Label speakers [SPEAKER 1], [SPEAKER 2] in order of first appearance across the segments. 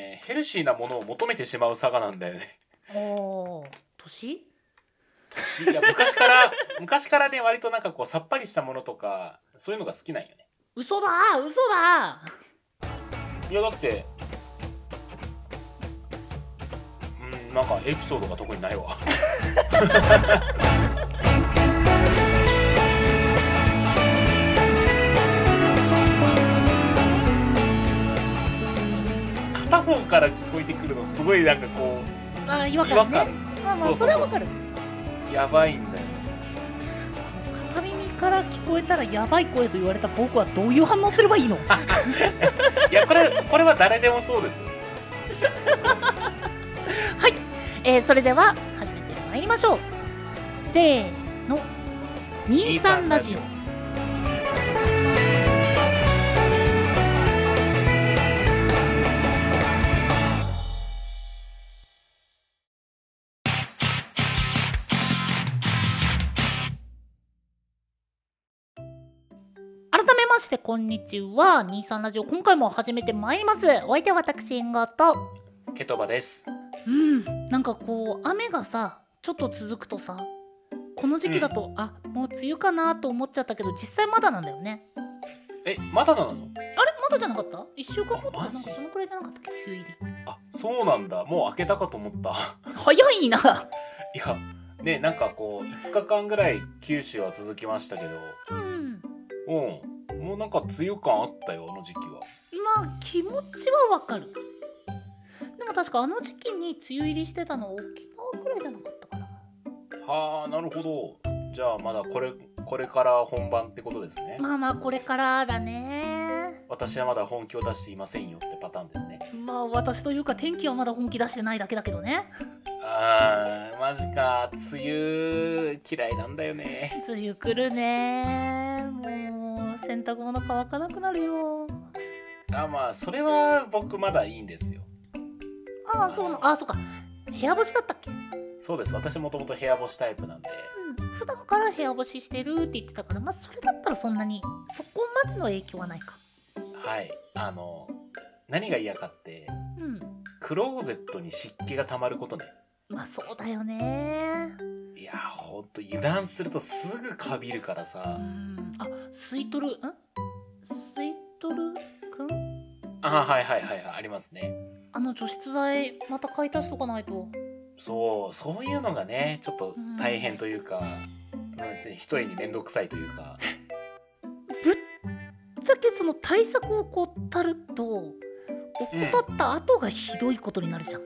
[SPEAKER 1] ヘルシーなものを求めてしまう佐賀なんだよね
[SPEAKER 2] おー年
[SPEAKER 1] いや昔から昔からね割となんかこうさっぱりしたものとかそういうのが好きなんよね
[SPEAKER 2] 嘘だー嘘だー
[SPEAKER 1] いやだってうんなんかエピソードが特にないわ 片方から聞こえてくるのすごいなんかこ
[SPEAKER 2] あー違
[SPEAKER 1] う
[SPEAKER 2] 和
[SPEAKER 1] 違和
[SPEAKER 2] 感ね
[SPEAKER 1] 感
[SPEAKER 2] まあま
[SPEAKER 1] そうそうそう
[SPEAKER 2] あそれはわかる
[SPEAKER 1] やばいんだよね
[SPEAKER 2] 片耳から聞こえたらやばい声と言われた僕はどういう反応すればいいの
[SPEAKER 1] いやこれこれは誰でもそうです
[SPEAKER 2] えー、それでは始めてまいりましょうせーの23ラジオ改めましてこんにちは23ラジオ今回も始めてまいりますお相手は私縁側と
[SPEAKER 1] ケトバです
[SPEAKER 2] うんなんかこう雨がさちょっと続くとさこの時期だと、あもう梅雨かなと思っちゃったけど実際まだなんだよね
[SPEAKER 1] えまだなの
[SPEAKER 2] あれまだじゃなかった1週間後とか
[SPEAKER 1] あマ
[SPEAKER 2] なんか
[SPEAKER 1] ジ
[SPEAKER 2] そのくらいじゃなかったっけ梅雨入り
[SPEAKER 1] あそうなんだもう開けたかと思った
[SPEAKER 2] 早いない
[SPEAKER 1] やねなんかこう5日間ぐらい九州は続きましたけど
[SPEAKER 2] うん
[SPEAKER 1] うんもうなんか梅雨感あったよあの時期は
[SPEAKER 2] まあ気持ちはわかるでも確かあの時期に梅雨入りしてたの沖縄くらいじゃなかったかな
[SPEAKER 1] はあなるほどじゃあまだこれこれから本番ってことですね
[SPEAKER 2] まあまあこれからだね
[SPEAKER 1] 私はまだ本気を出していませんよってパターンですね
[SPEAKER 2] まあ私というか天気はまだ本気出してないだけだけどね
[SPEAKER 1] あーマジか梅雨嫌いなんだよね
[SPEAKER 2] 梅雨来るねもう洗濯物乾かなくなるよ
[SPEAKER 1] あまあそれは僕まだいいんですよ
[SPEAKER 2] ああそうなああそうか部屋干しだったっけ、う
[SPEAKER 1] そうです私もともと部屋干しタイプなんで
[SPEAKER 2] ん、普段から部屋干ししてるって言ってたからまあそれだったらそんなにそこまでの影響はないか
[SPEAKER 1] はいあの何が嫌かって
[SPEAKER 2] うん
[SPEAKER 1] クローゼットに湿気がたまることね
[SPEAKER 2] まあそうだよね
[SPEAKER 1] いやーほんと油断するとすぐかびるから
[SPEAKER 2] う
[SPEAKER 1] さ
[SPEAKER 2] んあ吸い取るん吸い取るくん
[SPEAKER 1] あはいはいはいはいありますね
[SPEAKER 2] あの除湿剤また買い足しとかないと
[SPEAKER 1] そうそういうのがねちょっと大変というか、まあ一重に面倒くさいというか
[SPEAKER 2] ぶっちゃけその対策を怠ると怠った後がひどいことになるじゃん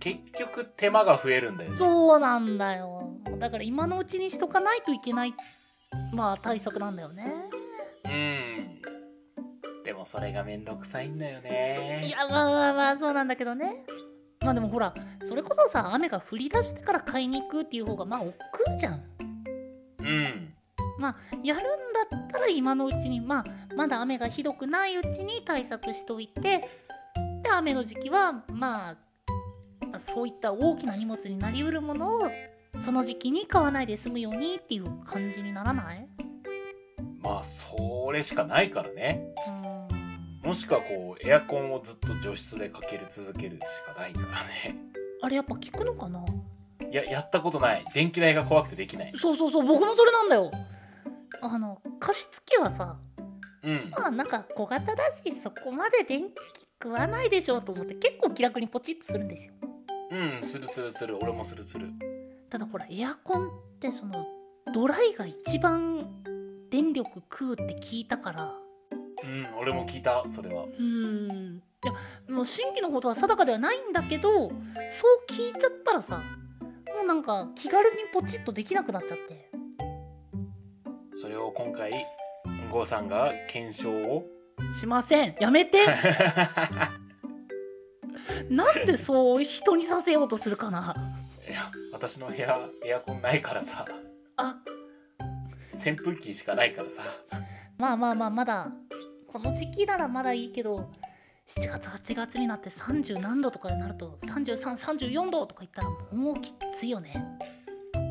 [SPEAKER 1] 結局手間が増えるんだよね
[SPEAKER 2] そうなんだよだから今のうちにしとかないといけないまあ対策なんだよね
[SPEAKER 1] うんでもそれが面倒くさいんだよ
[SPEAKER 2] い
[SPEAKER 1] ね
[SPEAKER 2] やまあまあまあそうなんだけどねまあでもほらそれこそさ雨が降り出してから買いに行くっていう方がまあ億劫じゃん
[SPEAKER 1] うん
[SPEAKER 2] やるんだったら今のうちにまあまだ雨がひどくないうちに対策しといてで雨の時期はまあまあそういった大きな荷物になりうるものをその時期に買わないで済むようにっていう感じにならない
[SPEAKER 1] まあそれしかないからね
[SPEAKER 2] うん
[SPEAKER 1] もしくはこうエアコンをずっと除湿でかける続けるしかないからね
[SPEAKER 2] あれやっぱ効くのかない
[SPEAKER 1] ややったことない電気代が怖くてできない
[SPEAKER 2] そうそうそう僕もそれなんだよあの加湿器はさ
[SPEAKER 1] うん
[SPEAKER 2] まあなんか小型だしそこまで電気食わないでしょうと思って結構気楽にポチッとするんですよ
[SPEAKER 1] うんするするする俺もするする
[SPEAKER 2] ただほらエアコンってそのドライが一番電力食うって聞いたから
[SPEAKER 1] うん俺も聞いたそれは
[SPEAKER 2] うーんいやもう新規のことは定かではないんだけどそう聞いちゃったらさもうなんか気軽にポチッとできなくなっちゃって
[SPEAKER 1] それを今回郷さんが検証を
[SPEAKER 2] しませんやめてなんでそう人にさせようとするかない
[SPEAKER 1] や私の部屋エアコンないからさ
[SPEAKER 2] あ
[SPEAKER 1] 扇風機しかないからさ
[SPEAKER 2] まあまあまあまだこの時期ならまだいいけど7月8月になって30何度とかになると3334度とかいったらもうきついよね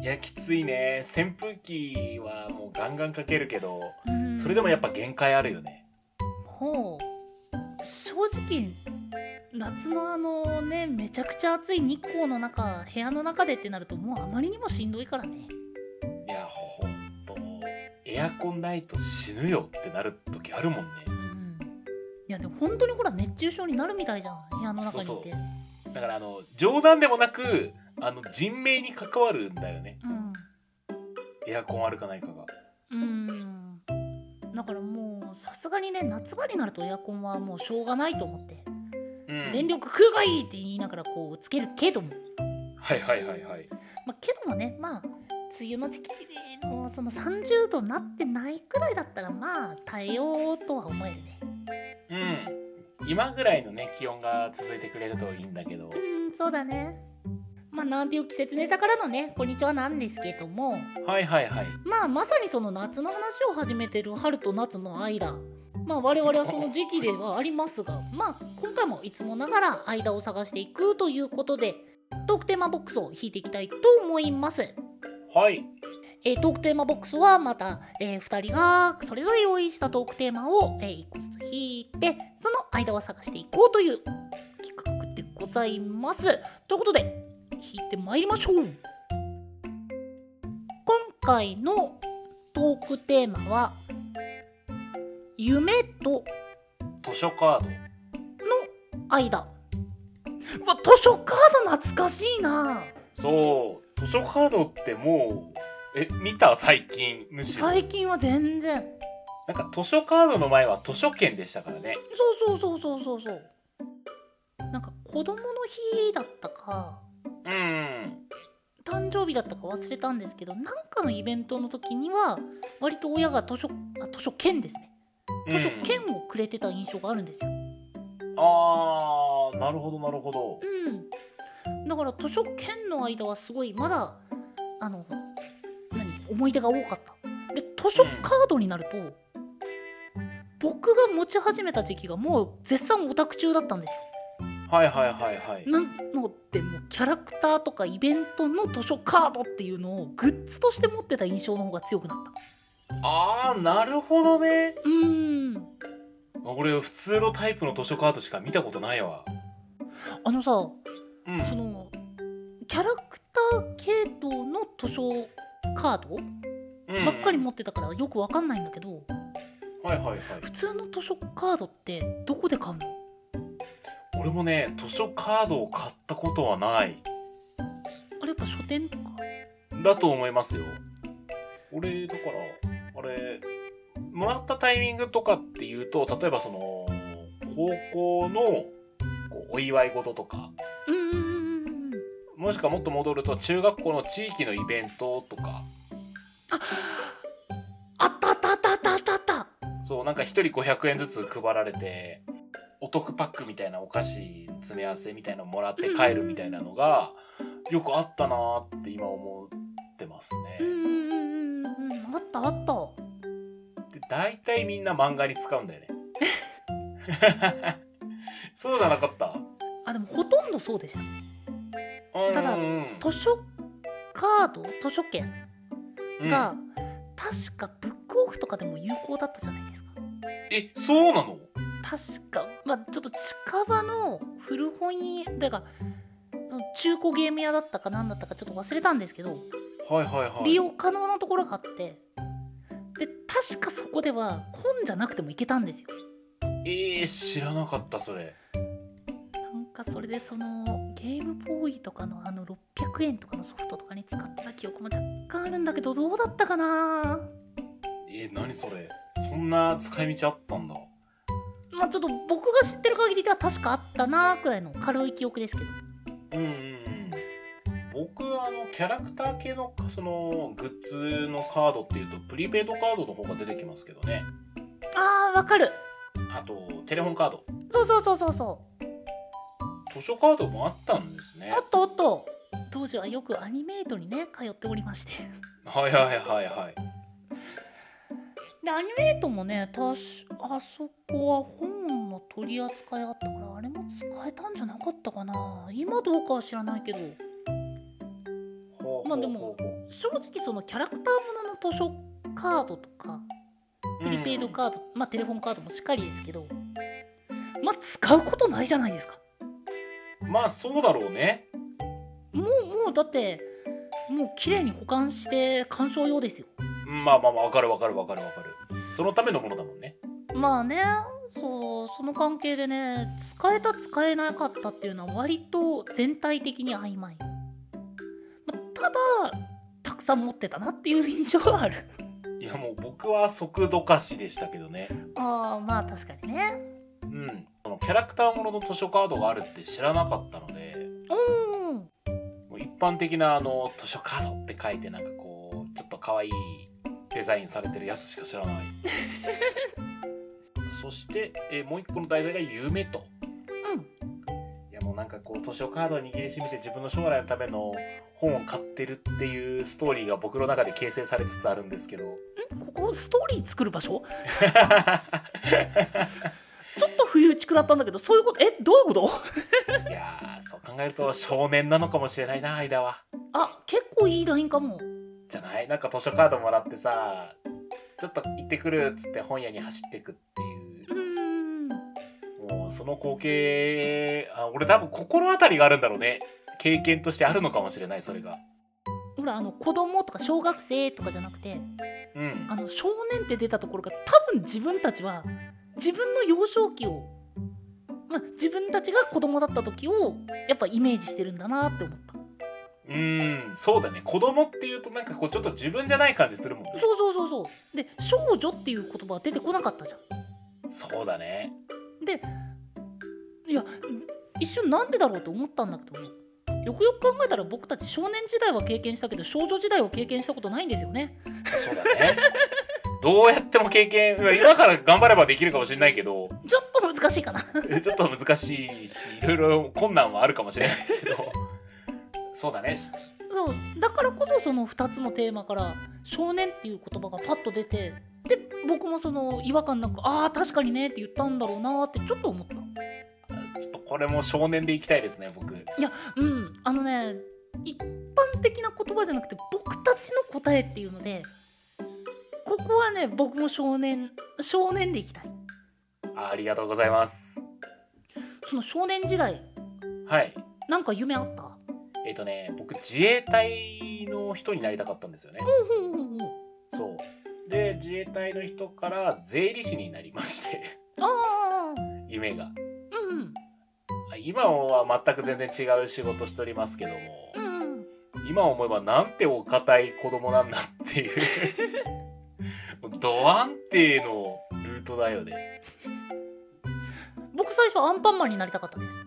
[SPEAKER 1] いやきついね扇風機はもうガンガンかけるけど
[SPEAKER 2] うん
[SPEAKER 1] それでもやっぱ限界あるよね
[SPEAKER 2] もう正直夏のあのねめちゃくちゃ暑い日光の中部屋の中でってなるともうあまりにもしんどいからね
[SPEAKER 1] いやほんとエアコンないと死ぬよってなる時あるもんね
[SPEAKER 2] うんいやでも本当にほら熱中症になるみたいじゃん部屋の中にいて
[SPEAKER 1] そうそうだからあの冗談でもなくあの人命に関わるんだよね
[SPEAKER 2] うん
[SPEAKER 1] エアコンあるかないかが
[SPEAKER 2] うんだからもうさすがにね夏場になるとエアコンはもうしょうがないと思って、
[SPEAKER 1] うん
[SPEAKER 2] 電力食うがいいって言いながらこうつけるけども、
[SPEAKER 1] はいはいはいはい
[SPEAKER 2] まあ、けどもねまあ梅雨の時期でもうその30度になってないくらいだったらまあ耐えようとは思えるね
[SPEAKER 1] うん今ぐらいのね気温が続いてくれるといいんだけど
[SPEAKER 2] うんそうだねまあなんていう季節ネタからのねこんにちはなんですけども
[SPEAKER 1] はいはいはい
[SPEAKER 2] まあまさにその夏の話を始めてる春と夏の間まあ我々はその時期ではありますがまあ今回もいつもながら間を探していくということでトークテーマボックスを引いていきたいと思います。
[SPEAKER 1] はい
[SPEAKER 2] えートークテーマボックスはまた、え2人がそれぞれ用意したトークテーマを、え1個ずつ引いてその間を探していこうという企画でございます。ということで引いてまいりましょう今回のトークテーマは「夢と
[SPEAKER 1] 図書カー
[SPEAKER 2] 間」うわ図書カード懐かしいな
[SPEAKER 1] ドそう図書カードってもうえ見た最近むしろ
[SPEAKER 2] 最近は全然
[SPEAKER 1] なんか図書カードの前は図書券でしたからね
[SPEAKER 2] そうそうそうそうそうそうなんか子供の日だったか
[SPEAKER 1] うん
[SPEAKER 2] 誕生日だったか忘れたんですけどなんかのイベントの時には割と親が図書あ図書券ですね図書
[SPEAKER 1] うん
[SPEAKER 2] 券をくれてた印象があるんですよ、
[SPEAKER 1] あーなるほどなるほど
[SPEAKER 2] うん、だから図書券の間はすごいまだあの何思い出が多かったで図書カードになると、僕が持ち始めた時期がもう絶賛オタク中だったんですよ
[SPEAKER 1] はいはいはいはい
[SPEAKER 2] なのでもうキャラクターとかイベントの図書カードっていうのをグッズとして持ってた印象の方が強くなった
[SPEAKER 1] あーなるほどね
[SPEAKER 2] うーん
[SPEAKER 1] 俺普通のタイプの図書カードしか見たことないわ
[SPEAKER 2] あのさ
[SPEAKER 1] うん
[SPEAKER 2] そのキャラクター系統の図書カードばっかり持ってたからよくわかんないんだけど
[SPEAKER 1] うんはいはいはい
[SPEAKER 2] 普通の図書カードってどこで買うの
[SPEAKER 1] 俺もね図書カードを買ったことはない
[SPEAKER 2] あれやっぱ書店とか
[SPEAKER 1] だと思いますよ俺だからあれもらったタイミングとかっていうと例えばその高校のこうお祝い事とか
[SPEAKER 2] うんうんうんうんうん
[SPEAKER 1] もしくはもっと戻ると中学校の地域のイベントとか
[SPEAKER 2] あったあったあったあったあったあった
[SPEAKER 1] そうなんか1人500円ずつ配られてお得パックみたいなお菓子詰め合わせみたいなのもらって帰るみたいなのがよくあったなーって今思ってます
[SPEAKER 2] うん
[SPEAKER 1] ね。
[SPEAKER 2] うんうんうんうんあったあった
[SPEAKER 1] で大体みんな漫画に使うん だよね。そうじゃなかった
[SPEAKER 2] あでもほとんどそうでした
[SPEAKER 1] うん
[SPEAKER 2] ただ
[SPEAKER 1] うん
[SPEAKER 2] 図書カード図書券
[SPEAKER 1] うん
[SPEAKER 2] が、確かブックオフとかでも有効だったじゃないですか
[SPEAKER 1] えそうなの
[SPEAKER 2] 確かまあちょっと近場の古本屋だからその中古ゲーム屋だったか何だったかちょっと忘れたんですけど、
[SPEAKER 1] はいはいはい。
[SPEAKER 2] 利用可能なところがあってで確かそこでは本じゃなくても行けたんですよ
[SPEAKER 1] えー、知らなかったそれ。
[SPEAKER 2] なんかそれでそのゲームボーイとかのあの600円とかのソフトとかに使ってた記憶も若干あるんだけどどうだったかな
[SPEAKER 1] えー、何それそんな使い道あったんだ。
[SPEAKER 2] まあちょっと僕が知ってる限りでは確かあったなーくらいの軽い記憶ですけど
[SPEAKER 1] うんうんうん僕あのキャラクター系のそのグッズのカードっていうとプリペイドカードの方が出てきますけどね
[SPEAKER 2] あーわかる
[SPEAKER 1] あとテレホンカード
[SPEAKER 2] そうそうそうそうそ
[SPEAKER 1] 図書カードもあったんです
[SPEAKER 2] う
[SPEAKER 1] ね
[SPEAKER 2] おっとおっと当時はよくアニメイトにね通っておりまして
[SPEAKER 1] はいはいはいはい
[SPEAKER 2] でアニメイトもね確あそこは本の取り扱いあったからあれも使えたんじゃなかったかな今どうかは知らないけど
[SPEAKER 1] ほうほ
[SPEAKER 2] まあ
[SPEAKER 1] う
[SPEAKER 2] で
[SPEAKER 1] ほ
[SPEAKER 2] も
[SPEAKER 1] うほう
[SPEAKER 2] 正直そのキャラクターものの図書カードとかプリペイドカード、まあテレフォンカードもしっかりですけどまあ使うことないじゃないですか
[SPEAKER 1] うんまあそうだろうね
[SPEAKER 2] もうもうだってもう綺麗に保管して鑑賞用ですよ
[SPEAKER 1] まあまあまあわかるわかるわかるわかるそのためのものだもんね
[SPEAKER 2] まあねそうその関係でね使えた使えなかったっていうのは割と全体的に曖昧、まあただたくさん持ってたなっていう印象はある
[SPEAKER 1] いやもう僕は速度貸しでしたけどね
[SPEAKER 2] ああまあ確かにね
[SPEAKER 1] うんそのキャラクターものの図書カードがあるって知らなかったので
[SPEAKER 2] うん
[SPEAKER 1] もう一般的なあの図書カードって書いてなんかこうちょっと可愛いデザインされてるやつしか知らない そして、えーもう一個の題材が夢と
[SPEAKER 2] うん
[SPEAKER 1] いやもうなんかこう図書カードを握りしめて自分の将来のための本を買ってるっていうストーリーが僕の中で形成されつつあるんですけど
[SPEAKER 2] ここストーリー作る場所ちょっと不意打ち食らったんだけどそういうことえどういうこと
[SPEAKER 1] いやーそう考えると少年なのかもしれないな間は
[SPEAKER 2] あ結構いいラインかも
[SPEAKER 1] じゃないなんか図書カードもらってさちょっと行ってくるっつって本屋に走ってくっていう
[SPEAKER 2] うーん
[SPEAKER 1] もうその光景あ俺多分心当たりがあるんだろうね経験としてあるのかもしれないそれが
[SPEAKER 2] ほらあの子供とか小学生とかじゃなくて
[SPEAKER 1] うん
[SPEAKER 2] あの少年って出たところが多分自分たちは自分の幼少期を、まあ、自分たちが子供だった時をやっぱイメージしてるんだなって思った
[SPEAKER 1] うーんそうだね子供っていうとなんかこうちょっと自分じゃない感じするもんね
[SPEAKER 2] そうそうそうそうで少女っていう言葉は出てこなかったじゃん
[SPEAKER 1] そうだね
[SPEAKER 2] でいや一瞬なんでだろうと思ったんだけどよくよく考えたら僕たち少年時代は経験したけど少女時代は経験したことないんですよね
[SPEAKER 1] そうだねどうやっても経験いや今から頑張ればできるかもしれないけど
[SPEAKER 2] ちょっと難しいかな
[SPEAKER 1] ちょっと難しいしいろいろ困難はあるかもしれないけどそうだね
[SPEAKER 2] そうだからこそその2つのテーマから「少年」っていう言葉がパッと出てで僕もその違和感なく「ああ確かにね」って言ったんだろうなーってちょっと思った
[SPEAKER 1] ちょっとこれも少年でいきたいですね僕
[SPEAKER 2] うんあのね一般的な言葉じゃなくて僕たちの答えっていうのでここはね僕も少年少年でいきたい
[SPEAKER 1] ありがとうございます
[SPEAKER 2] その少年時代
[SPEAKER 1] はい
[SPEAKER 2] なんか夢あった
[SPEAKER 1] えっ、とね僕自衛隊の人になりたかったんですよね
[SPEAKER 2] ほうほうほう
[SPEAKER 1] そうで自衛隊の人から税理士になりまして
[SPEAKER 2] ああ
[SPEAKER 1] 夢が
[SPEAKER 2] うんうん
[SPEAKER 1] あ今は全く全然違う仕事しておりますけども
[SPEAKER 2] うんうん
[SPEAKER 1] 今思えばなんてお堅い子供なんだっていう もうド安定のルートだよね
[SPEAKER 2] 僕最初アンパンマンになりたかったです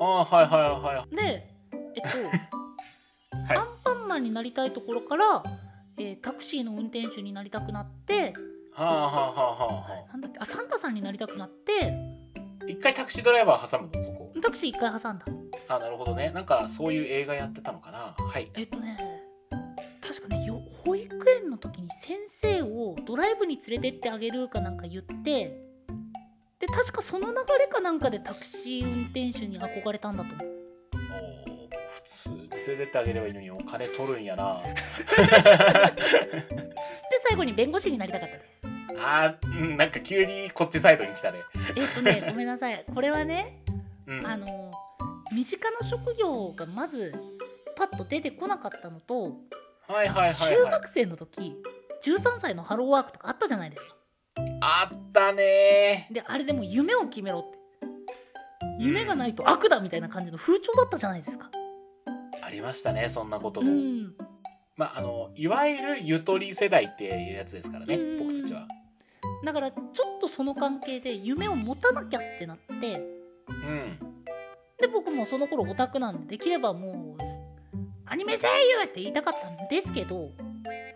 [SPEAKER 1] ああはいはいは
[SPEAKER 2] でえっと、
[SPEAKER 1] はい
[SPEAKER 2] アンパンマンになりたいところから、えータクシーの運転手になりたくなって
[SPEAKER 1] いはあはあはあはあは
[SPEAKER 2] なんだっけあサンタさんになりたくなって
[SPEAKER 1] あ一回タクシードライバー挟むのそこ
[SPEAKER 2] タクシー一回挟んだ
[SPEAKER 1] あなるほどねなんかそういう映画やってたのかなはい
[SPEAKER 2] えっとね確かねよ保育園の時に先生をドライブに連れてってあげるかなんか言ってで確かその流れかなんかでタクシー運転手に憧れたんだと思う
[SPEAKER 1] おー普通に連れてってあげればいいのにお金取るんやな
[SPEAKER 2] で最後に弁護士になりたかったです
[SPEAKER 1] あーうんなんか急にこっちサイドに来たね
[SPEAKER 2] えっとねごめんなさいこれはね
[SPEAKER 1] うん
[SPEAKER 2] あの身近な職業がまずパッと出てこなかったのと
[SPEAKER 1] はいはいはい
[SPEAKER 2] 中
[SPEAKER 1] はい
[SPEAKER 2] 学生の時13歳のハローワークとかあったじゃないですか
[SPEAKER 1] あったね
[SPEAKER 2] であれでも夢を決めろって夢がないと悪だみたいな感じの風潮だったじゃないですか
[SPEAKER 1] ありましたねそんなこと
[SPEAKER 2] う
[SPEAKER 1] も、
[SPEAKER 2] ん
[SPEAKER 1] まああのいわゆるゆとり世代っていうやつですからね
[SPEAKER 2] うん
[SPEAKER 1] 僕たちは
[SPEAKER 2] だからちょっとその関係で夢を持たなきゃってなって
[SPEAKER 1] うん
[SPEAKER 2] で僕もその頃オタクなんでできればもうアニメ声優って言いたかったんですけど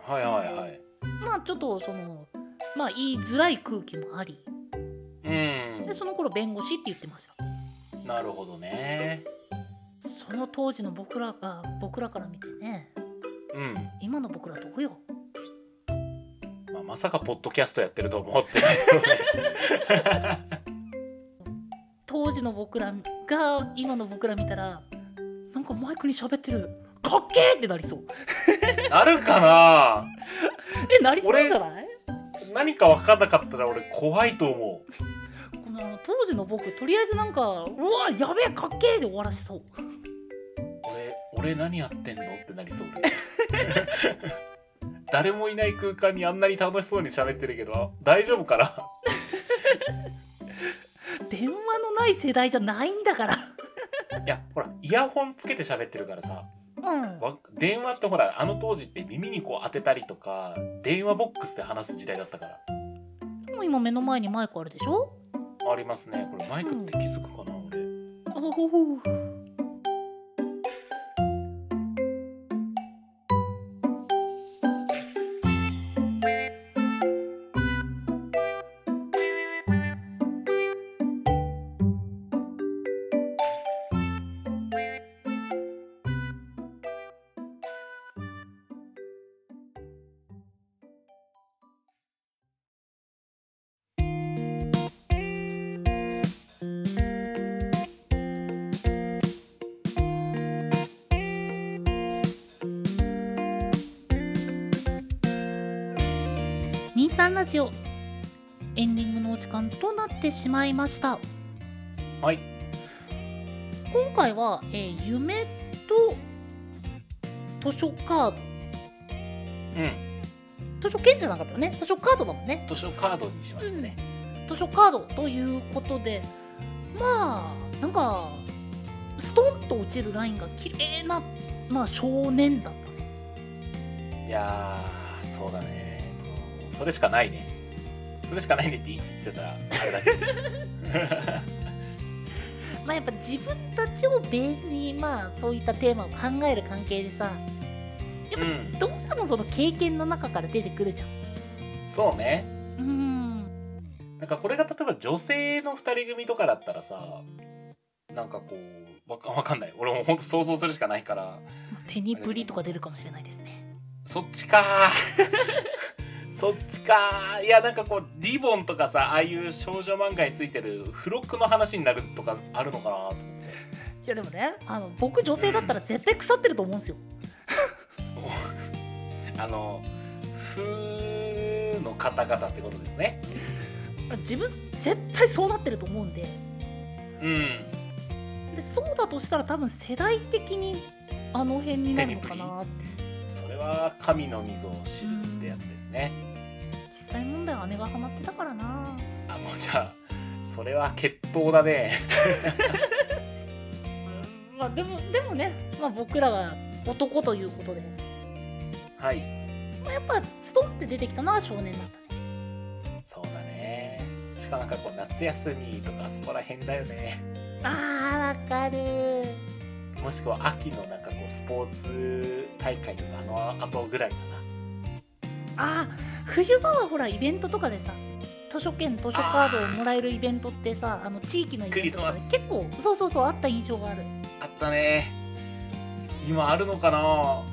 [SPEAKER 1] はいはいはい
[SPEAKER 2] まあちょっとそのまあ言いづらい空気もありで
[SPEAKER 1] う
[SPEAKER 2] その頃弁護士って言ってました
[SPEAKER 1] んなるほどね
[SPEAKER 2] その当時の僕らが僕らから見てね
[SPEAKER 1] うん、
[SPEAKER 2] 今の僕らどうよ
[SPEAKER 1] まあ、まさかポッドキャストやってると思ってないけどね
[SPEAKER 2] 当時の僕らが今の僕ら見たらなんかマイクに喋ってるかっけーってなりそう
[SPEAKER 1] なるかな
[SPEAKER 2] えなりそうじゃない
[SPEAKER 1] 何か分かんなかったら俺怖いと思う
[SPEAKER 2] このあの当時の僕とりあえずなんかうわやべえかっけえで終わらしそう
[SPEAKER 1] 俺俺何やってんのってなりそう で誰もいない空間にあんなに楽しそうに喋ってるけど大丈夫かな
[SPEAKER 2] 電話のない世代じゃないんだから
[SPEAKER 1] いやほらイヤホンつけて喋ってるからさ
[SPEAKER 2] うん
[SPEAKER 1] わ電話ってほらあの当時って耳にこう当てたりとか電話ボックスで話す時代だったから
[SPEAKER 2] でも今目の前にマイクあるでしょ
[SPEAKER 1] ありますねこれマイクって気づくかな、俺
[SPEAKER 2] あほほほ23ラジオエンディングのお時間となってしまいました
[SPEAKER 1] はい
[SPEAKER 2] 今回は、えー夢と図書カード
[SPEAKER 1] うん
[SPEAKER 2] 図書券じゃなかったよね図書カードだもんね
[SPEAKER 1] 図書カードにしましたね、
[SPEAKER 2] 図書カードということでまあなんかストンと落ちるラインが綺麗なまあ少年だったね
[SPEAKER 1] いやーそうだねとそれしかないねそれしかないねって言っちゃったらあれだ けど
[SPEAKER 2] まあやっぱ自分たちをベースにまあそういったテーマを考える関係でさ
[SPEAKER 1] うん
[SPEAKER 2] どうしてもその経験の中から出てくるじゃん
[SPEAKER 1] そうね
[SPEAKER 2] うーん
[SPEAKER 1] なんかこれが例えば女性の2人組とかだったらさなんかこうわかわかんない俺もほんと想像するしかないから
[SPEAKER 2] まあ手にプリとか出るかもしれないですね
[SPEAKER 1] そっちかー そっちかーいやなんかこうリボンとかさああいう少女漫画についてる付録の話になるとかあるのかなと思って
[SPEAKER 2] いやでもねあの僕女性だったら絶対腐ってると思うんですよ
[SPEAKER 1] あの「ふ」の方々ってことですね
[SPEAKER 2] 自分絶対そうなってると思うんで
[SPEAKER 1] うん
[SPEAKER 2] でそうだとしたら多分世代的にあの辺になるのかなって
[SPEAKER 1] それは神の溝を知るってやつですね
[SPEAKER 2] 実際問題は姉がハマってたからな
[SPEAKER 1] あもうじゃあそれは決闘だね
[SPEAKER 2] まあでもでもね、まあ、僕らが男ということで、
[SPEAKER 1] はい
[SPEAKER 2] まあ、やっぱストンって出てきたのは少年だったね
[SPEAKER 1] そうだね。しかもなんかこう夏休みとかあそこら辺だよね。
[SPEAKER 2] あーわかる
[SPEAKER 1] もしくは秋のなんかこうスポーツ大会とかあの後ぐらいか
[SPEAKER 2] あー冬場はほらイベントとかでさ図書券図書カードをもらえるイベントってさあの地域のイベントとかで
[SPEAKER 1] クリスマス
[SPEAKER 2] 結構そうそうそうあった印象がある
[SPEAKER 1] な。あったね。今あるのかな
[SPEAKER 2] あ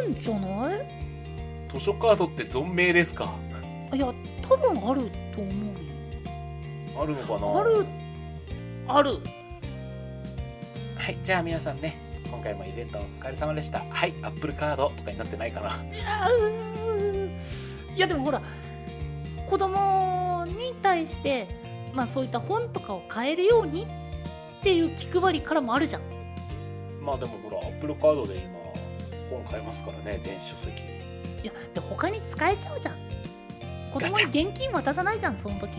[SPEAKER 2] るんじゃない
[SPEAKER 1] 図書カードって存命ですか
[SPEAKER 2] いや多分あると思うよ
[SPEAKER 1] あるのかな
[SPEAKER 2] あるある
[SPEAKER 1] はい、じゃあ皆さんね、今回もイベントお疲れ様でした。はい、アップルカードとかになってないかな。
[SPEAKER 2] いやうーいやでもほら子供に対してまあそういった本とかを買えるようにっていう気配りからもあるじゃん
[SPEAKER 1] まあでもほら、アップルカードで今、本買えますからね、電子書籍。
[SPEAKER 2] いやで他に使えちゃうじゃん子
[SPEAKER 1] ガチ
[SPEAKER 2] 供に現金渡さないじゃんその時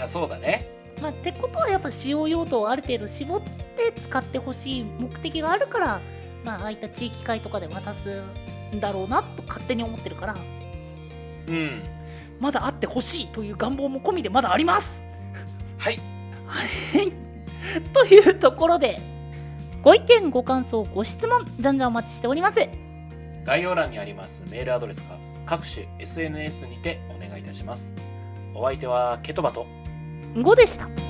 [SPEAKER 1] あ、そうだね。
[SPEAKER 2] まあってことはやっぱ使用用途をある程度絞って使ってほしい目的があるからまあああいった地域会とかで渡すんだろうなと勝手に思ってるから
[SPEAKER 1] うん。
[SPEAKER 2] まだあってほしいという願望も込みでまだあります
[SPEAKER 1] はい、
[SPEAKER 2] はい。 というところで、ご意見、ご感想、ご質問、じゃんじゃんお待ちしております。
[SPEAKER 1] 概要欄にありますメールアドレスか各種 SNS にてお願いいたします。お相手はケトバと
[SPEAKER 2] 5でした。